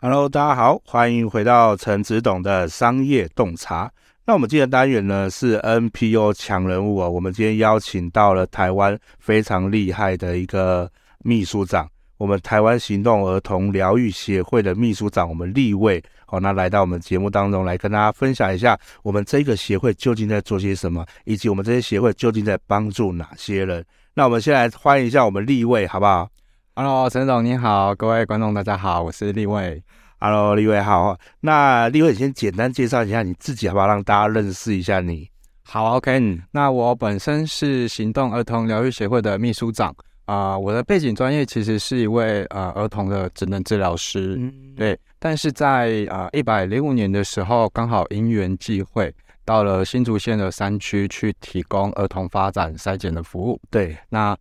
Hello，大家好，欢迎回到陈子董的商业洞察。那我们今天的单元呢是 NPO 强人物啊，我们今天邀请到了台湾非常厉害的一个秘书长，我们台湾行动儿童疗愈协会的秘书长，我们立卫好、那来到我们节目当中来跟大家分享一下，我们这个协会究竟在做些什么，以及我们这些协会究竟在帮助哪些人。那我们先来欢迎一下我们立卫，好不好？ Hello，陈总你好，各位观众大家好，我是立卫。 Hello，立伟好。那立伟，你先简单介绍一下你自己，好不好？让大家认识一下你。好，OK，啊嗯，那我本身是行动儿童疗愈协会的秘书长啊、呃我的背景专业其实是一位呃儿童的职能治疗师，对，但是在呃一百零五年的时候，刚好因缘际会。到了新竹县的山区去提供儿童发展筛检的服务。对，那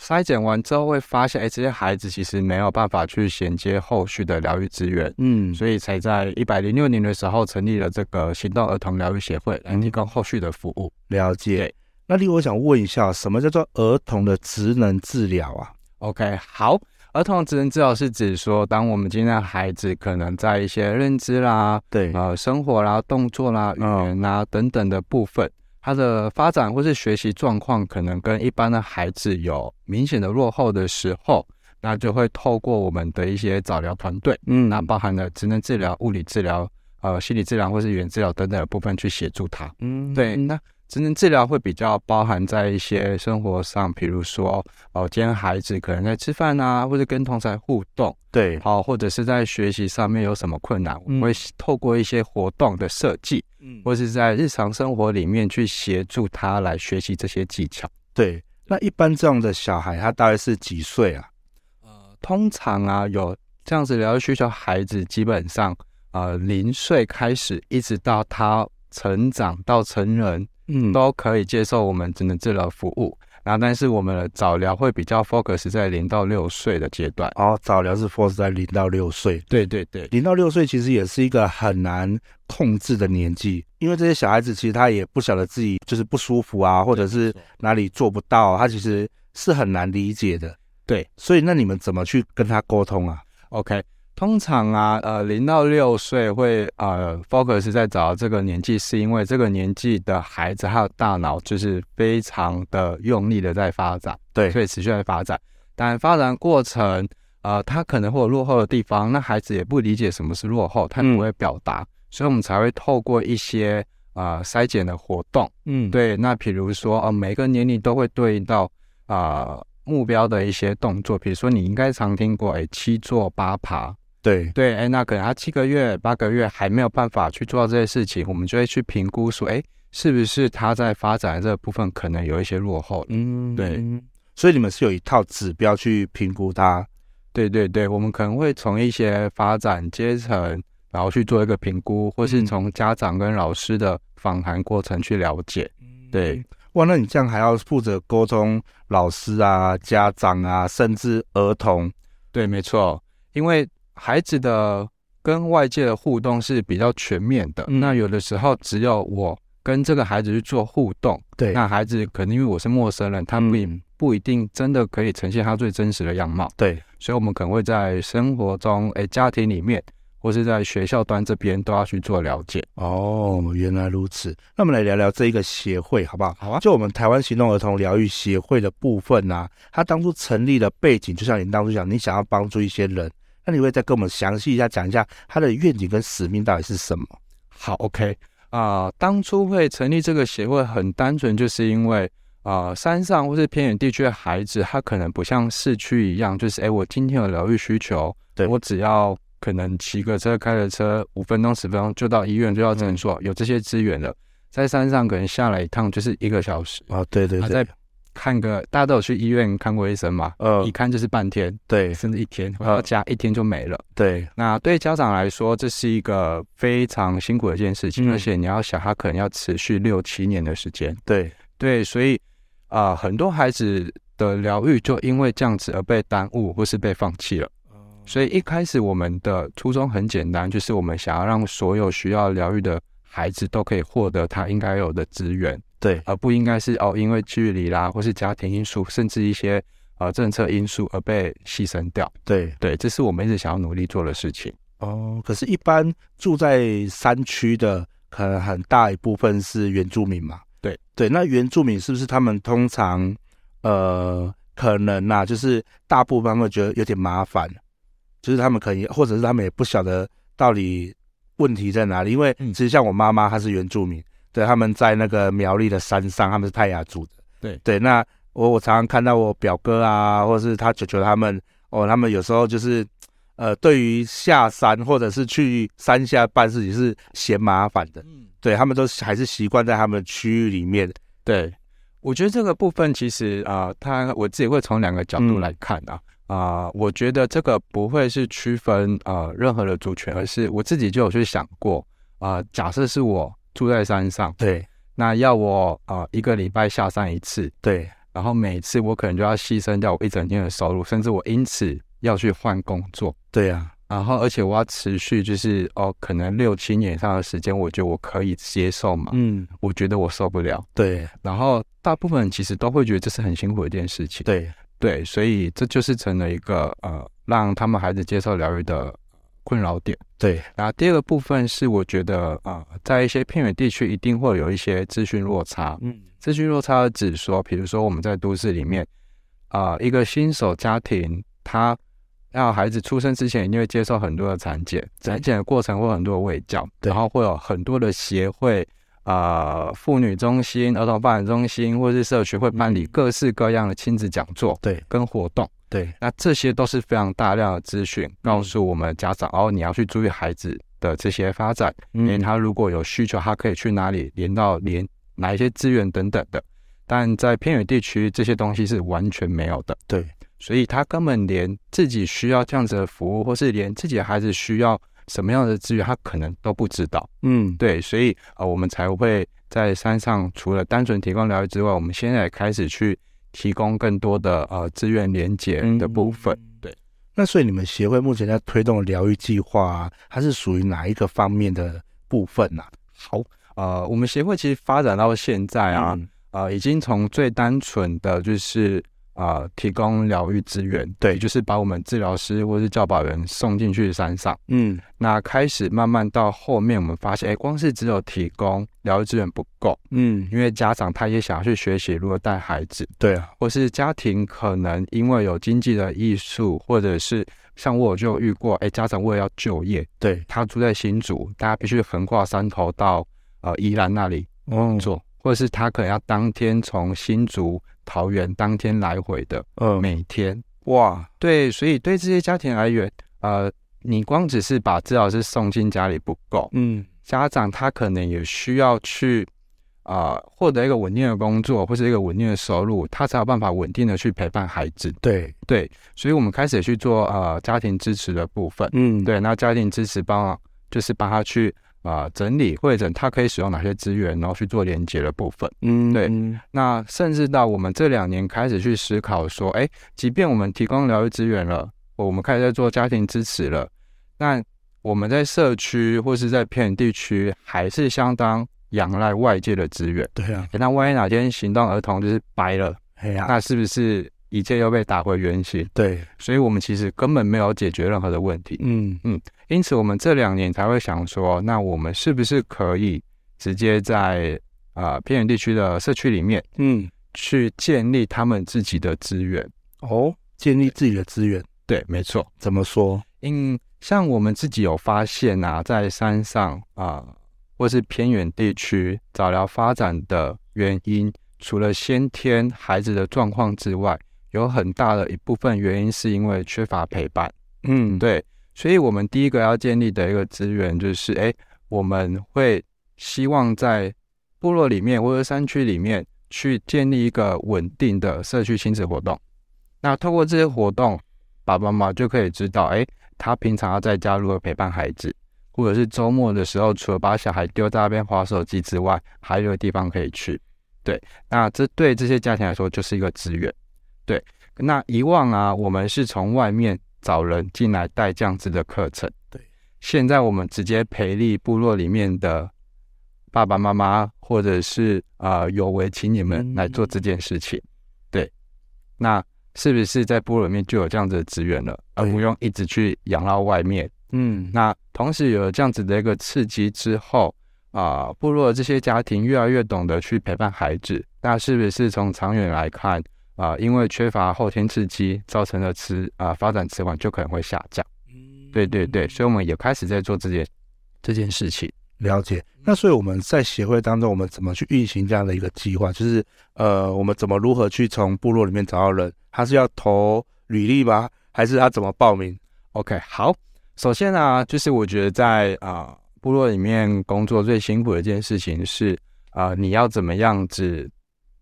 筛检完之后会发现，哎、这些孩子其实没有办法去衔接后续的疗愈资源，嗯，所以才在一百零六年的时候成立了这个行动儿童疗愈协会，来提供后续的服务。了解。那立伟，我想问一下，什么叫做儿童的职能治疗啊？ OK，好，儿童职能治疗是指说，当我们今天的孩子可能在一些认知啦、对，呃生活啦、动作啦、语嗯言啦、等等的部分，他的发展或是学习状况可能跟一般的孩子有明显的落后的时候，那就会透过我们的一些早疗团队，嗯那包含了职能治疗、物理治疗、呃心理治疗或是语言治疗等等的部分去协助他。嗯对，那职能治疗会比较包含在一些生活上，比如说哦，今天孩子可能在吃饭啊，或者跟同才互动，对，好、或者是在学习上面有什么困难，我嗯们会透过一些活动的设计，嗯或是在日常生活里面去协助他来学习这些技巧。对。那一般这样的小孩，他大概是几岁啊？通常啊，有这样子疗愈需求孩子，基本上呃零岁开始，一直到他成长到成人，嗯都可以接受我们职能治疗服务。然后，但是我们的早疗会比较 focus 在零到六岁的阶段。哦，早疗是 force 在零到六岁，对对对，零到六岁其实也是一个很难控制的年纪，因为这些小孩子其实他也不晓得自己就是不舒服啊，或者是哪里做不到啊，他其实是很难理解的。对，所以那你们怎么去跟他沟通啊？ OK。通常啊，呃，零到六岁会呃 focus 在早疗这个年纪，是因为这个年纪的孩子他的大脑就是非常的用力的在发展，对所以持续在发展。但发展过程，呃，他可能会有落后的地方，那孩子也不理解什么是落后，他也嗯不会表达，所以我们才会透过一些呃筛检的活动。嗯，对，那比如说，呃，每个年龄都会对应到啊、呃目标的一些动作，比如说你应该常听过，哎，七坐八爬，对，对，哎，那可能他七个月、八个月还没有办法去做到这些事情，我们就会去评估说，哎，是不是他在发展的这部分可能有一些落后了？嗯对，所以你们是有一套指标去评估他。对对对，我们可能会从一些发展阶层，然后去做一个评估，或是嗯从家长跟老师的访谈过程去了解。嗯对，哇，哦那你这样还要负责沟通老师啊、家长啊，甚至儿童。对，没错，因为孩子的跟外界的互动是比较全面的。嗯那有的时候只有我跟这个孩子去做互动，对那孩子可能因为我是陌生人，他不、嗯不一定真的可以呈现他最真实的样貌，对，所以我们可能会在生活中、诶家庭里面，或是在学校端这边都要去做了解。哦，原来如此。那我们来聊聊这一个协会好不好？好啊就我们台湾行动儿童疗愈协会的部分啊，它当初成立的背景，就像你当初讲，你想要帮助一些人，那你会再跟我们详细一下讲一下它的愿景跟使命到底是什么？好，OK，啊、当初会成立这个协会，很单纯就是因为，啊，山上或是偏远地区的孩子，他可能不像市区一样，就是，哎，我今天有疗愈需求，对我只要可能骑个车、开着车五分钟、十分钟就到医院，就到诊所，嗯有这些资源了。在山上可能下来一趟就是一个小时，啊，对对啊，对再，看个大家都有去医院看过医生嘛，呃一，看就是半天，对甚至一天，回啊到家一天就没了。对，那对家长来说，这是一个非常辛苦的一件事情，嗯而且你要想，他可能要持续六七年的时间。对，对，所以啊、呃很多孩子的疗愈就因为这样子而被耽误或是被放弃了。哦所以一开始我们的初衷很简单，就是我们想要让所有需要疗愈的孩子都可以获得他应该有的资源，对，而不应该是哦因为距离啦，或是家庭因素，甚至一些呃政策因素而被牺牲掉。对，对，这是我们一直想要努力做的事情。哦，可是，一般住在山区的，可能很大一部分是原住民嘛。对对，那原住民是不是他们通常，呃，可能呐、就是大部分他们觉得有点麻烦，就是他们可以，或者是他们也不晓得到底问题在哪里。因为嗯其实像我妈妈，她是原住民，对，他们在那个苗栗的山上，他们是泰雅族的。对对，那我我常常看到我表哥啊，或者是他舅舅他们，哦，他们有时候就是呃，对于下山或者是去山下办事情是嫌麻烦的，嗯，对他们都还是习惯在他们的区域里面。对，我觉得这个部分其实啊，呃它我自己会从两个角度嗯来看啊。啊、我觉得这个不会是区分呃任何的族群，而是我自己就有去想过啊、呃假设是我住在山上，对那要我呃一个礼拜下山一次，对然后每次我可能就要牺牲掉我一整天的收入，甚至我因此要去换工作，对啊，然后而且我要持续就是哦，可能六七年以上的时间，我觉得我可以接受嘛，嗯，我觉得我受不了。对然后大部分人其实都会觉得这是很辛苦的一件事情。对对，所以这就是成了一个呃，让他们孩子接受疗愈的困扰点。对，然后第二个部分是，我觉得呃，在一些偏远地区一定会有一些资讯落差。嗯资讯落差指说，比如说我们在都市里面，啊、一个新手家庭他。要孩子出生之前，一定会接受很多的产检，产检的过程会有很多的卫教，对然后会有很多的协会啊、妇女中心、儿童发展中心或是社区会办理各式各样的亲子讲座嗯对跟活动。对那这些都是非常大量的资讯，告诉我们家长哦，你要去注意孩子的这些发展，嗯连他如果有需求，他可以去哪里连到连哪一些资源等等的。但在偏远地区，这些东西是完全没有的，对所以他根本连自己需要这样子的服务，或是连自己的孩子需要什么样的资源，他可能都不知道。嗯对，所以呃，我们才会在山上除了单纯提供疗愈之外，我们现在也开始去提供更多的呃资源连接的部分。对，那所以你们协会目前在推动的疗愈计划、啊，它是属于哪一个方面的部分呢、啊？好，呃，我们协会其实发展到现在啊，呃，已经从最单纯的就是呃提供疗愈资源，对也就是把我们治疗师或是教保员送进去山上。嗯那开始慢慢到后面，我们发现，哎，光是只有提供疗愈资源不够，嗯，因为家长他也想要去学习如何带孩子，对啊，或是家庭可能因为有经济的艺术，或者是像我就有遇过，哎，家长为了要就业，对，他住在新竹，大家必须横跨山头到呃宜兰那里哦工作，或者是他可能要当天从新竹、桃园当天来回的，嗯每天。哇，对，所以对这些家庭来源，呃，你光只是把治疗师送进家里不够，嗯家长他可能也需要去啊、呃获得一个稳定的工作或是一个稳定的收入，他才有办法稳定的去陪伴孩子。对，对，所以我们开始去做呃家庭支持的部分。嗯对，那家庭支持帮忙就是帮他去啊、呃整理会诊，他可以使用哪些资源，然后去做连接的部分。嗯对嗯那甚至到我们这两年开始去思考说，哎，即便我们提供疗愈资源了，哦我们开始在做家庭支持了，那我们在社区或是在偏远地区还是相当仰赖外界的资源。对啊，诶那万一哪天行动儿童就是掰了，哎呀、那是不是一切又被打回原形？对，所以我们其实根本没有解决任何的问题。嗯因此，我们这两年才会想说，那我们是不是可以直接在啊偏远地区的社区里面？嗯，去建立他们自己的资源。哦，建立自己的资源，对，没错。怎么说？因像我们自己有发现啊，在山上啊、或是偏远地区早疗发展的原因，除了先天孩子的状况之外，有很大的一部分原因是因为缺乏陪伴。嗯，对，所以我们第一个要建立的一个资源就是，哎，我们会希望在部落里面或者山区里面去建立一个稳定的社区亲子活动。那透过这些活动，爸爸妈妈就可以知道，哎，他平常要在家如何陪伴孩子，或者是周末的时候，除了把小孩丢在那边划手机之外，还有地方可以去。对，那这对这些家庭来说就是一个资源。对，那以往啊，我们是从外面找人进来带这样子的课程。对，现在我们直接培力部落里面的爸爸妈妈，或者是呃有为，请你们来做这件事情。对，那是不是在部落里面就有这样子的资源了，而对不用一直去养到外面？嗯，那同时有了这样子的一个刺激之后，啊、部落的这些家庭越来越懂得去陪伴孩子，那是不是从长远来看啊、因为缺乏后天刺激，造成了迟啊、发展迟缓就可能会下降。嗯对对对，所以我们也开始在做这件这件事情。了解。那所以我们在协会当中，我们怎么去运行这样的一个计划？就是呃，我们怎么如何去从部落里面找到人？他是要投履历吗？还是他怎么报名？ OK，好，首先呢、啊，就是我觉得在啊、部落里面工作最辛苦的一件事情是啊、你要怎么样子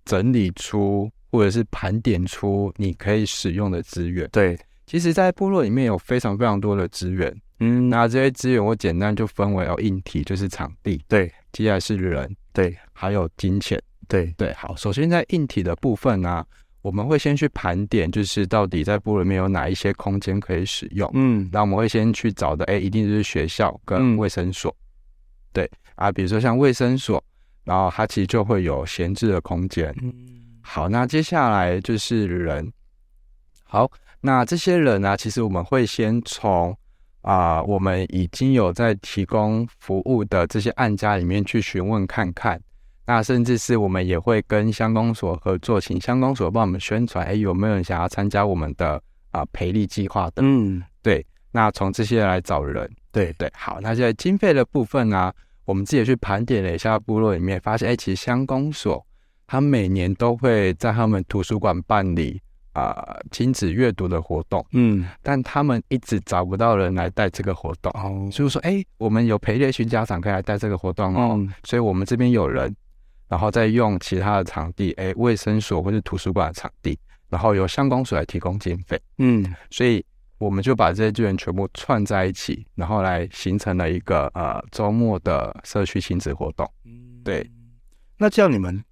整理出或者是盘点出你可以使用的资源。对，其实，在部落里面有非常非常多的资源，嗯那这些资源我简单就分为哦，硬体就是场地，对，接下来是人，对，还有金钱。对，对，好，首先在硬体的部分呢、我们会先去盘点，就是到底在部落里面有哪一些空间可以使用。嗯，那我们会先去找的，哎，一定就是学校跟嗯卫生所。对啊，比如说像卫生所，然后它其实就会有闲置的空间。好，那接下来就是人。好，那这些人呢、啊其实我们会先从啊、我们已经有在提供服务的这些案家里面去询问看看。那甚至是我们也会跟乡公所合作，请乡公所帮我们宣传，哎，有没有人想要参加我们的啊、培力计划的？嗯，那从这些来找人。对对，好，那在经费的部分呢、啊我们自己去盘点了一下部落里面，发现哎、其实乡公所他每年都会在他们图书馆办理啊、亲子阅读的活动，嗯，但他们一直找不到人来带这个活动，哦，所以说哎、我们有陪练群家长可以来带这个活动哦，嗯，所以我们这边有人，然后再用其他的场地，哎、卫生所或是图书馆的场地，然后由乡公所来提供经费。嗯，所以我们就把这些资源全部串在一起，然后来形成了一个呃周末的社区亲子活动。对，嗯那这样你们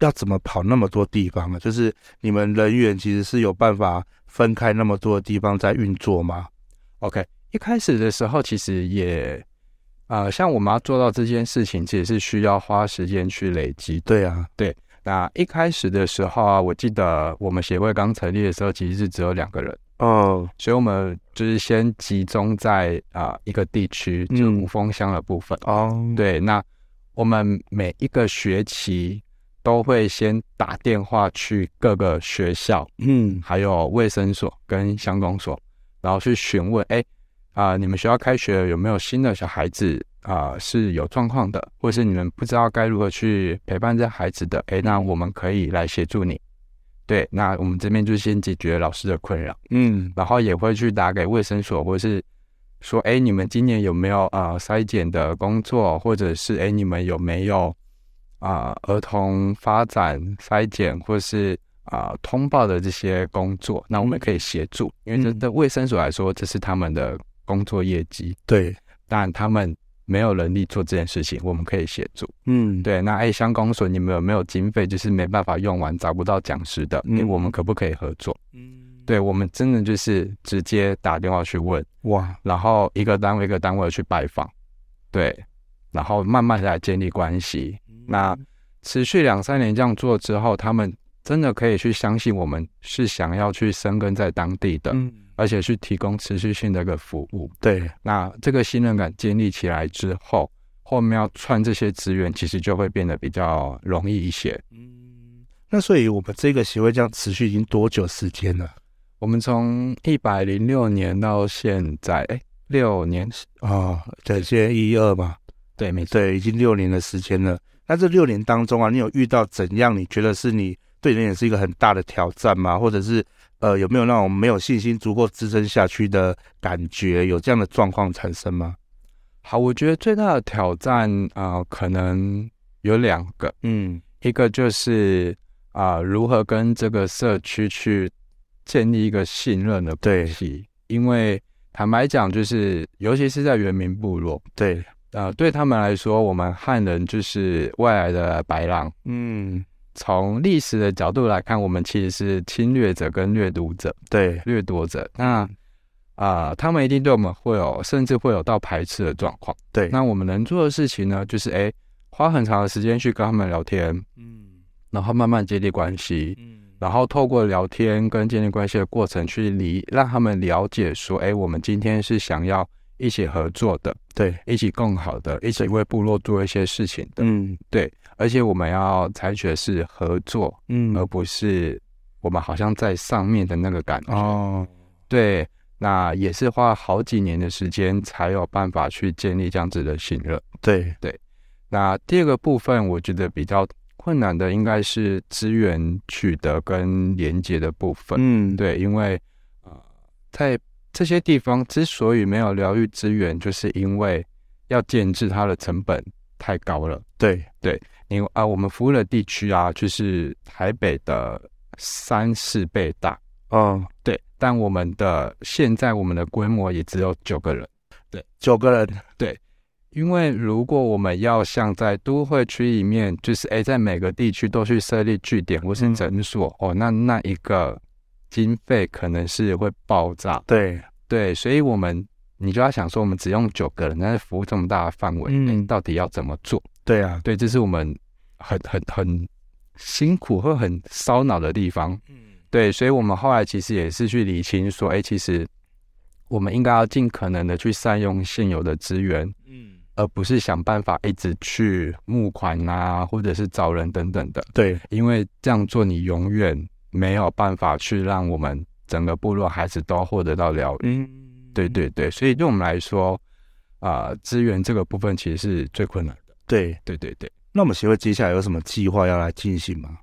要怎么跑那么多地方呢？就是你们人员其实是有办法分开那么多的地方在运作吗？ OK，一开始的时候其实也呃，像我们要做到这件事情，其实是需要花时间去累积的。对啊，那一开始的时候啊，我记得我们协会刚成立的时候，其实是只有两个人，哦，所以我们就是先集中在啊、呃一个地区，就是嗯五峰乡的部分。哦，对，那我们每一个学期都会先打电话去各个学校，嗯，还有卫生所跟乡公所，然后去询问，哎，啊、你们学校开学有没有新的小孩子啊、是有状况的，或是你们不知道该如何去陪伴这孩子的，哎，那我们可以来协助你。对，那我们这边就先解决老师的困扰。嗯，然后也会去打给卫生所，或者是说，哎，你们今年有没有啊、呃筛检的工作，或者是哎，你们有没有啊、儿童发展筛检，或是啊、通报的这些工作？那我们可以协助，因为这嗯对卫生所来说，这是他们的工作业绩，对，但他们没有能力做这件事情，我们可以协助。嗯，，对，那哎，乡公所你们有没有经费？就是没办法用完，找不到讲师的，哎，嗯我们可不可以合作？嗯，对我们真的就是直接打电话去问，哇，然后一个单位一个单位去拜访，对，然后慢慢地来建立关系。那持续两三年这样做之后，他们真的可以去相信我们是想要去生根在当地的，嗯，而且去提供持续性的一个服务。对，那这个信任感建立起来之后，后面要串这些资源，其实就会变得比较容易一些。嗯，那所以我们这个协会这样持续已经多久时间了？我们从一百零六年到现在，哎，六年，哦，对，现在一二嘛，对，没错。对，已经六年的时间了。那这六年当中啊，你有遇到怎样你觉得是你对你也是一个很大的挑战吗？或者是呃有没有那种没有信心足够支撑下去的感觉？有这样的状况产生吗？好，我觉得最大的挑战啊、呃可能有两个，嗯一个就是啊、如何跟这个社区去建立一个信任的关系，因为坦白讲，就是尤其是在原民部落，对，呃，对他们来说，我们汉人就是外来的白狼。嗯从历史的角度来看，我们其实是侵略者跟掠夺者。对，掠夺者，那啊、呃他们一定对我们会有，甚至会有到排斥的状况。对那我们能做的事情呢，就是哎、诶花很长的时间去跟他们聊天，嗯然后慢慢建立关系，嗯然后透过聊天跟建立关系的过程去理，让他们了解说，哎、我们今天是想要一起合作的，对，一起更好的，一起为部落做一些事情的，嗯而且我们要采取的是合作，嗯而不是我们好像在上面的那个感觉。哦，对，那也是花了好几年的时间才有办法去建立这样子的信任。对，那第二个部分，我觉得比较困难的应该是资源取得跟连接的部分。嗯对，因为呃，在这些地方之所以没有疗愈资源，就是因为要建制它的成本太高了。对，因为啊，我们服务的地区啊，就是台北的三四倍大，哦，对，但我们的现在我们的规模也只有九个人，九个人，因为如果我们要像在都会区里面，就是诶，在每个地区都去设立据点或是嗯诊所、哦，那那一个经费可能是会爆炸，对，对，所以我们你就要想说，我们只用九个人，但是服务这么大的范围，嗯嗯，到底要怎么做？对啊，对，这是我们很很很辛苦或很烧脑的地方。嗯对，所以我们后来其实也是去理清说，哎，其实我们应该要尽可能的去善用现有的资源，嗯，而不是想办法一直去募款啊，或者是找人等等的，对，因为这样做你永远没有办法去让我们整个部落孩子都获得到疗愈。嗯对对对，所以对我们来说，啊、资源这个部分其实是最困难的。对。对对对。那我们协会接下来有什么计划要来进行吗？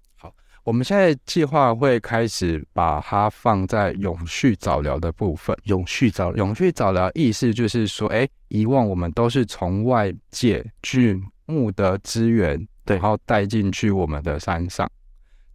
我们现在计划会开始把它放在永续早疗的部分。永续找人，永续早疗意思就是说，哎，以往我们都是从外界去募得资源，对然后带进去我们的山上。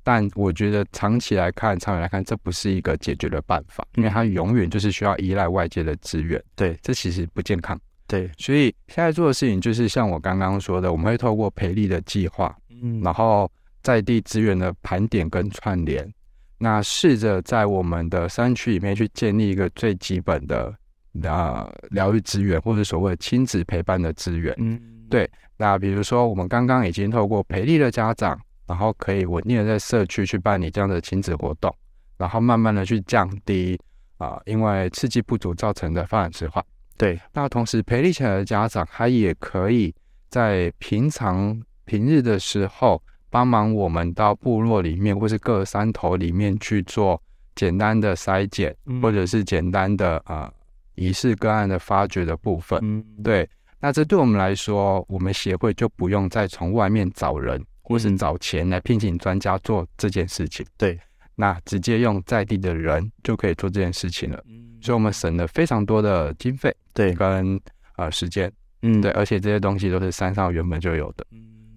但我觉得长期来看，长远来看，这不是一个解决的办法，因为它永远就是需要依赖外界的资源。嗯对这其实不健康。对，所以现在做的事情就是像我刚刚说的，我们会透过培力的计划，嗯然后在地资源的盘点跟串联，那试着在我们的山区里面去建立一个最基本的呃疗愈资源，或者所谓亲子陪伴的资源。嗯对那比如说，我们刚刚已经透过培力的家长，然后可以稳定的在社区去办理这样的亲子活动，然后慢慢的去降低啊、因为刺激不足造成的发展迟缓。对，那同时培力起来的家长，他也可以在平常平日的时候，帮忙我们到部落里面或是各山头里面去做简单的筛检，嗯或者是简单的啊疑似个案的发掘的部分。嗯对，那这对我们来说，我们协会就不用再从外面找人或是嗯找钱来聘请专家做这件事情。对，那直接用在地的人就可以做这件事情了，所以我们省了非常多的经费嗯对，跟呃时间。嗯对，，而且这些东西都是山上原本就有的。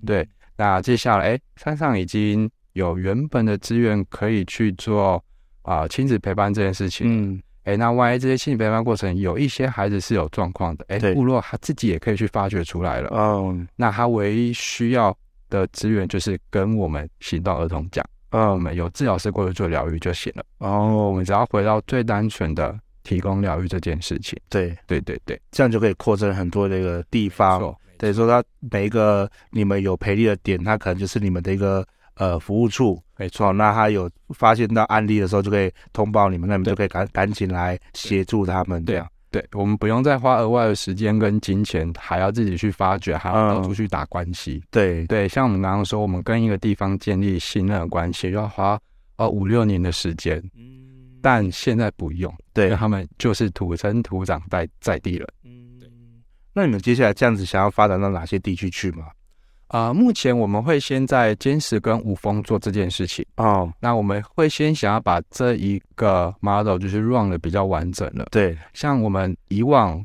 对，那接下来，哎，山上已经有原本的资源可以去做啊、亲子陪伴这件事情。嗯哎，那万一这些亲子陪伴过程有一些孩子是有状况的，哎，对部落他自己也可以去发掘出来了。哦那他唯一需要的资源就是跟我们行动儿童讲，哦我们有治疗师过去做疗愈就行了。我哦，们只要回到最单纯的提供疗愈这件事情。对，对对对，这样就可以扩增很多的一个地没方。错，等于说，它每一个你们有培力的点，它可能就是你们的一个呃服务处。没错，那他有发现到案例的时候，就可以通报你们，那你们对就可以赶赶紧来协助他们。对啊这样，对，我们不用再花额外的时间跟金钱，还要自己去发掘，还要到嗯处去打关系。对对，像我们刚刚说，我们跟一个地方建立信任的关系，要花呃五六年的时间，但现在不用，因为嗯对，他们就是土生土长在在地人。嗯那你们接下来这样子想要发展到哪些地区去吗？啊、目前我们会先在坚实跟五峰做这件事情。哦，那我们会先想要把这一个 model 就是 run 的比较完整了。对，像我们以往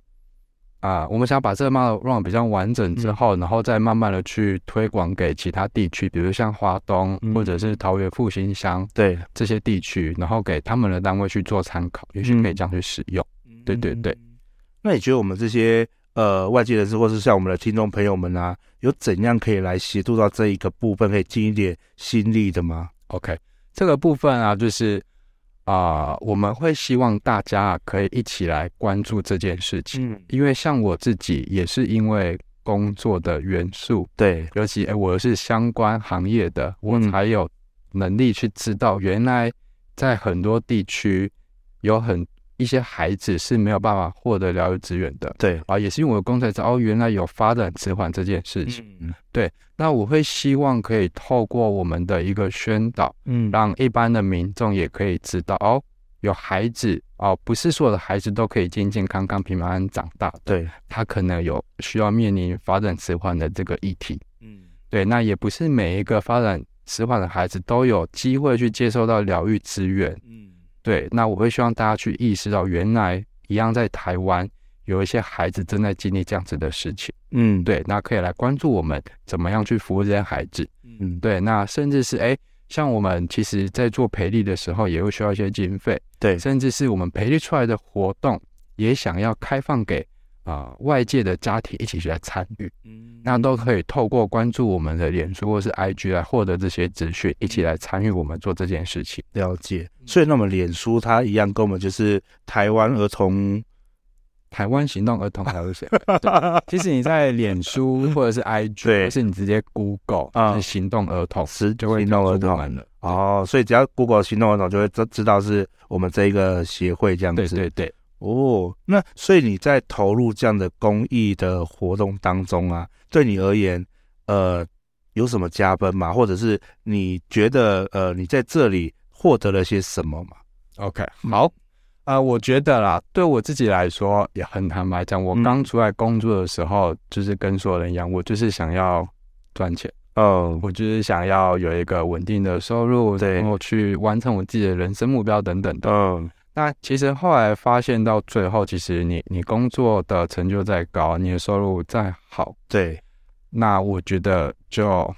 啊、我们想把这个 model run 比较完整之后，然后再慢慢的去推广给其他地区，比如像华东、嗯或者是桃园复兴乡对，这些地区，然后给他们的单位去做参考，也许可以这样去使用。对对对。嗯那你觉得我们这些呃外界人士，或是像我们的听众朋友们啊，有怎样可以来协助到这一个部分，可以尽一点心力的吗？ OK，这个部分啊，就是啊、我们会希望大家啊可以一起来关注这件事情。嗯，因为像我自己也是因为工作的元素，对，尤其哎我是相关行业的，我嗯才有能力去知道原来在很多地区有很一些孩子是没有办法获得疗愈资源的。对，啊，也是因为我的工作才知道哦，原来有发展迟缓这件事情。嗯那我会希望可以透过我们的一个宣导，嗯让一般的民众也可以知道哦，有孩子哦，不是所有的孩子都可以健健康康、平平安安长大的对，他可能有需要面临发展迟缓的这个议题。嗯对，那也不是每一个发展迟缓的孩子都有机会去接受到疗愈资源。嗯对，那我会希望大家去意识到，原来一样在台湾有一些孩子正在经历这样子的事情。嗯，对，那可以来关注我们怎么样去服务这些孩子。嗯对，那甚至是哎。像我们其实，在做培力的时候，也会需要一些经费，对，甚至是我们培力出来的活动，也想要开放给啊、呃外界的家庭一起去来参与。嗯那都可以透过关注我们的脸书或是 IG 来获得这些资讯，一起来参与我们做这件事情。了解。嗯所以那么脸书它一样跟我们就是台湾儿童，台湾行动儿童疗 愈协会，其实你在脸书或者是 IG，对或是你直接 Google 啊就是行动儿童，是就会行动儿跳出我童们了。哦，所以只要 Google 行动儿童就会知知道是我们这一个协会这样子。嗯对对对，哦，那所以你在投入这样的公益的活动当中啊，对你而言，呃，有什么加分吗？或者是你觉得呃，你在这里获得了些什么吗？ OK，好，嗯呃，我觉得啦，对我自己来说也很坦白讲，我嗯刚出来工作的时候，就是跟所有人一样，我就是想要赚钱，哦，我就是想要有一个稳定的收入，对然后去完成我自己的人生目标等等的。嗯，那其实后来发现到最后，其实你你工作的成就再高，你的收入再好，对，那我觉得就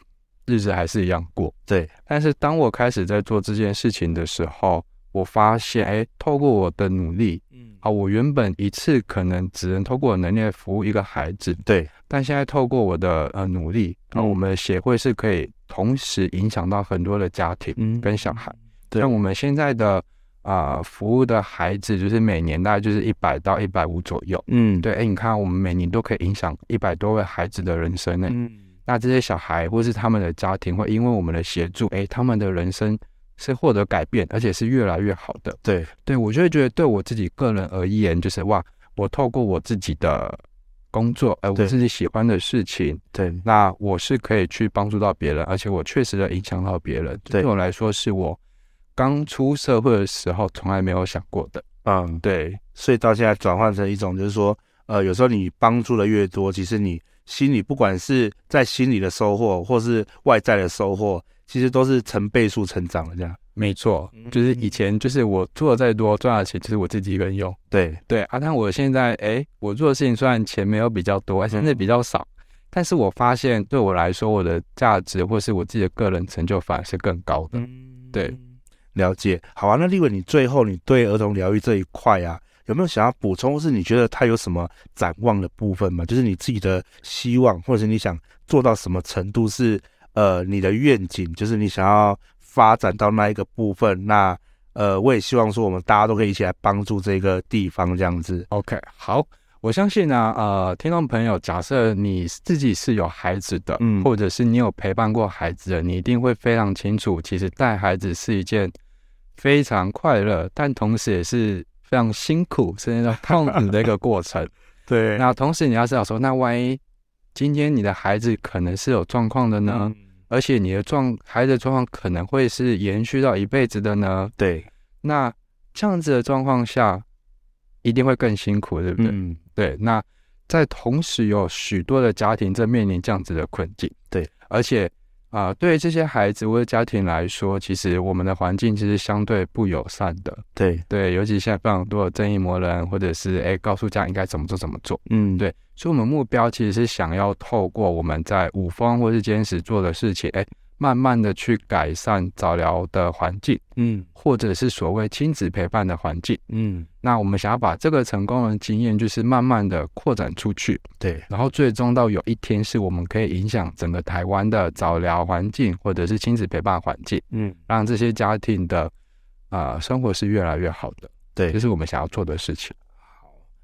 日子还是一样过。对，但是当我开始在做这件事情的时候，我发现，哎，透过我的努力，嗯，啊，我原本一次可能只能透过我能力来服务一个孩子，对，但现在透过我的呃努力，啊，嗯我们的协会是可以同时影响到很多的家庭嗯跟小孩。对像我们现在的啊、呃服务的孩子，就是每年大概就是一百到一百五左右。嗯，，对，哎，你看，我们每年都可以影响一百多位孩子的人生呢。嗯，那这些小孩或是他们的家庭，会因为我们的协助，哎，他们的人生是获得改变，而且是越来越好的。对，对我就会觉得，对我自己个人而言，就是哇，我透过我自己的工作，哎，我对自己喜欢的事情，对，那我是可以去帮助到别人，而且我确实的影响到别人。对我来说，是我刚出社会的时候从来没有想过的。嗯，对，所以到现在转换成一种，就是说，呃，有时候你帮助的越多，其实你心里不管是在心里的收获，或是外在的收获，其实都是成倍数成长的这样。没错，嗯就是以前就是我做的再多，赚的钱就是我自己一个人用。对，对啊，但我现在哎，我做的事情虽然钱没有比较多，甚至比较少，但是我发现对我来说，我的价值或是我自己的个人成就反而是更高的。嗯，对，了解。好啊，那立伟，你最后你对儿童疗愈这一块啊，有没有想要补充，或是你觉得它有什么展望的部分吗？就是你自己的希望，或者是你想做到什么程度是呃你的愿景，就是你想要发展到那一个部分。那呃，我也希望说我们大家都可以一起来帮助这个地方，这样子。 OK，好，我相信呢、呃，听众朋友，假设你自己是有孩子的，嗯或者是你有陪伴过孩子的，你一定会非常清楚，其实带孩子是一件非常快乐，但同时也是非常辛苦，甚至到痛苦的一个过程。对那同时你要知道说，那万一今天你的孩子可能是有状况的呢？嗯而且你的状孩子的状况可能会是延续到一辈子的呢？对，那这样子的状况下，一定会更辛苦，对不对？嗯，对，那在同时有许多的家庭正面临这样子的困境，对，而且啊、对于这些孩子或者家庭来说，其实我们的环境其实相对不友善的。对，对，尤其现在非常多的正义魔人，或者是哎、告诉家长应该怎么做怎么做。嗯，对，所以我们目标其实是想要透过我们在五峰或是坚持做的事情，哎，慢慢的去改善早疗的环境，嗯或者是所谓亲子陪伴的环境。嗯，那我们想要把这个成功的经验，就是慢慢的扩展出去，对，然后最终到有一天是我们可以影响整个台湾的早疗环境，或者是亲子陪伴环境，嗯让这些家庭的啊、呃生活是越来越好的，对这，是我们想要做的事情。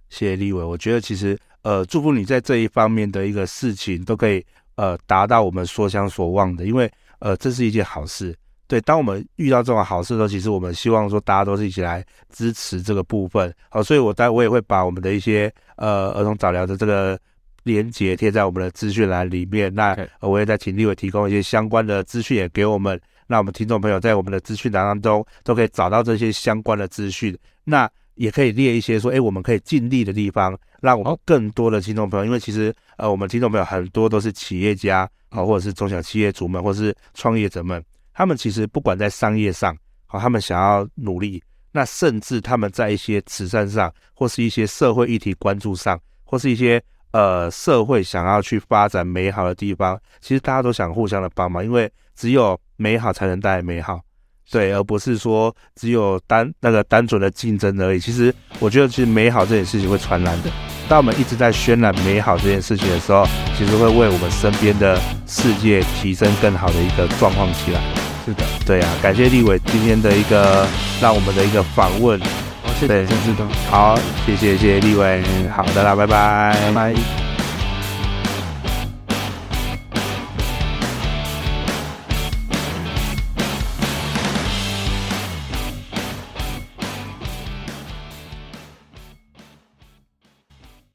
谢谢立伟，我觉得其实呃，祝福你在这一方面的一个事情都可以呃达到我们所想所望的，因为呃这是一件好事。对，当我们遇到这种好事的时候，其实我们希望说大家都是一起来支持这个部分。好，所以我待我也会把我们的一些呃儿童早疗的这个连接贴在我们的资讯栏里面。那 OK 呃我也在请立伟提供一些相关的资讯也给我们，那我们听众朋友在我们的资讯栏当中都可以找到这些相关的资讯。那也可以列一些说，哎、我们可以尽力的地方，让我们好更多的听众朋友，因为其实呃，我们听众朋友很多都是企业家啊、嗯或者是中小企业主们，或是创业者们，他们其实不管在商业上，好、他们想要努力，那甚至他们在一些慈善上，或是一些社会议题关注上，或是一些呃社会想要去发展美好的地方，其实大家都想互相的帮忙，因为只有美好才能带来美好。对，而不是说只有单那个单纯的竞争而已。其实我觉得，其实美好这件事情会传染的。当我们一直在渲染美好这件事情的时候，其实会为我们身边的世界提升更好的一个状况起来。是的，对啊，感谢立伟今天的一个让我们的一个访问。谢对谢，谢谢，好，谢谢谢谢立伟，好的啦，拜拜拜拜。